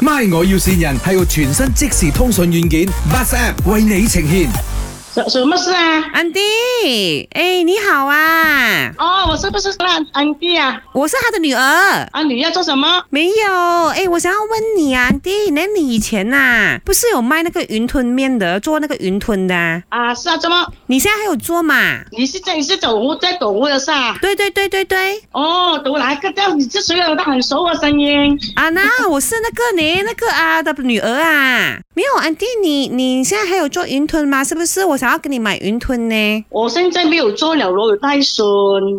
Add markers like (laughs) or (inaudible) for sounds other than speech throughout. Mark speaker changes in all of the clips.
Speaker 1: My 我要線人係個全新即時通訊軟件 Bus App 為你呈現。
Speaker 2: 什什么事啊？
Speaker 3: 安迪，哎，你好啊，
Speaker 2: 哦，我是不是那安迪啊？
Speaker 3: 我是他的女儿。
Speaker 2: 啊，你要做什么？
Speaker 3: 没有，哎，我想要问你啊，安迪，那你以前呐、不是有卖那个云吞面的，做那个云吞的啊，
Speaker 2: 啊，是啊，怎么？
Speaker 3: 你现在还有做嘛？
Speaker 2: 你是在你是走我在走我的是啊？
Speaker 3: 对对对对对，
Speaker 2: 哦，走哪一个叫你这谁有那很熟的声音？
Speaker 3: 啊，那我是那个呢， (laughs) 那个啊的女儿啊，没有，安迪，你你现在还有做云吞吗？是不是？我想要给你买云吞呢。
Speaker 2: 我现在没有做了咯，有带孙。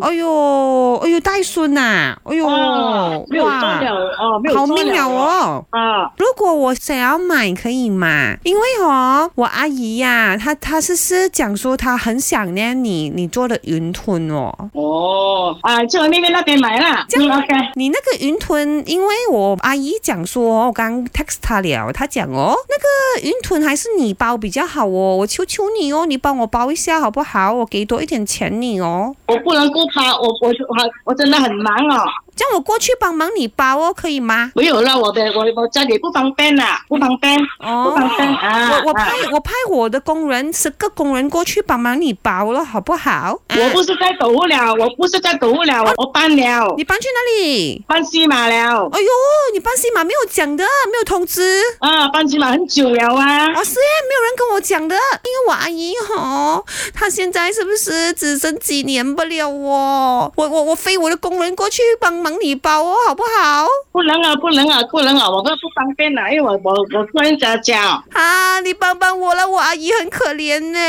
Speaker 3: 哎呦，哎呦，带孙呐、哎呦，
Speaker 2: 哦，没有做
Speaker 3: 哇
Speaker 2: 了哦，没有
Speaker 3: 好
Speaker 2: 做
Speaker 3: 命了
Speaker 2: 了哦。
Speaker 3: 哦。
Speaker 2: 啊，
Speaker 3: 如果我想要买，可以吗？因为哦，我阿姨呀、她她是是讲说她很想念你，你做的云吞哦。
Speaker 2: 哦，啊，去我妹妹那边买啦。
Speaker 3: 这
Speaker 2: 嗯
Speaker 3: 样
Speaker 2: ，OK。
Speaker 3: 你那个云吞，因为我阿姨讲说，我刚 text 她了，她讲哦，那个云吞还是你包比较好哦，我求求你哦，你帮我包一下好不好？我给多一点钱你哦，
Speaker 2: 我不能顾他，我我我我真的很忙哦，
Speaker 3: 这样我过去帮忙你包哦，可以吗？
Speaker 2: 没有了，我的我我家里不方便啦，不方便，
Speaker 3: 哦
Speaker 2: 不方便啊。
Speaker 3: 我我派
Speaker 2: 啊
Speaker 3: 我派我的工人十个工人过去帮忙你包了，好不好？啊
Speaker 2: 我不是在读了，我不是在读了，我我搬了，
Speaker 3: 你搬去哪里？
Speaker 2: 搬西马了，
Speaker 3: 哎呦，你搬新马没有讲的，没有通知。
Speaker 2: 啊，搬西马很久了啊，
Speaker 3: 哦，是耶，没有人跟我讲的，因为我阿姨哦，她现在是不是只剩几年不了哦？我我我飞我的工人过去帮忙你包哦，好不好？
Speaker 2: 不能啊，不能啊，不能啊，我不不方便了，因为我我我突然家教，
Speaker 3: 啊，你帮帮我了，我阿姨很可怜呢。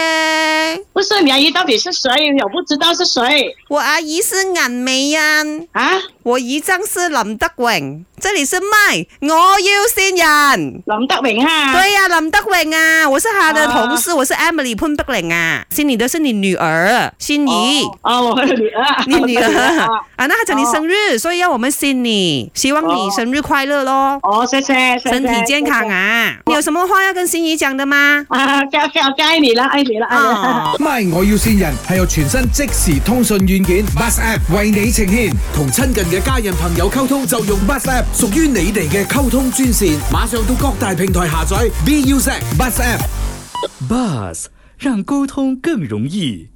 Speaker 2: 不是你阿姨到底是谁，我不知道是谁
Speaker 3: 我阿姨是颜美欣，
Speaker 2: 啊，
Speaker 3: 我姨丈是林德荣，这里是麦，我要先人。
Speaker 2: 林德荣哈、
Speaker 3: 对呀、林德荣啊，我是他的同事，我是 Emily 潘碧玲啊，是你的是你女儿心仪。
Speaker 2: 哦，哦，我的女儿，
Speaker 3: 你女儿
Speaker 2: (laughs) 啊
Speaker 3: 啊，那他讲你生日，所以要我们信你，希望你
Speaker 2: 哦
Speaker 3: 生日快乐咯，
Speaker 2: 哦，谢谢，谢谢
Speaker 3: 身体健康，啊！你有什么话要跟心仪讲的吗
Speaker 2: 谢？谢啊，该该该你了，爱你了，爱你了。
Speaker 3: 哦
Speaker 1: My 我要線人係個全新即時通訊軟件 Bus App 為你呈現。同親近嘅家人朋友溝通就用 Bus App，屬於你哋嘅溝通專線。馬上到各大平台下載 BUZ Bus App。
Speaker 4: Buzz 让沟通更容易。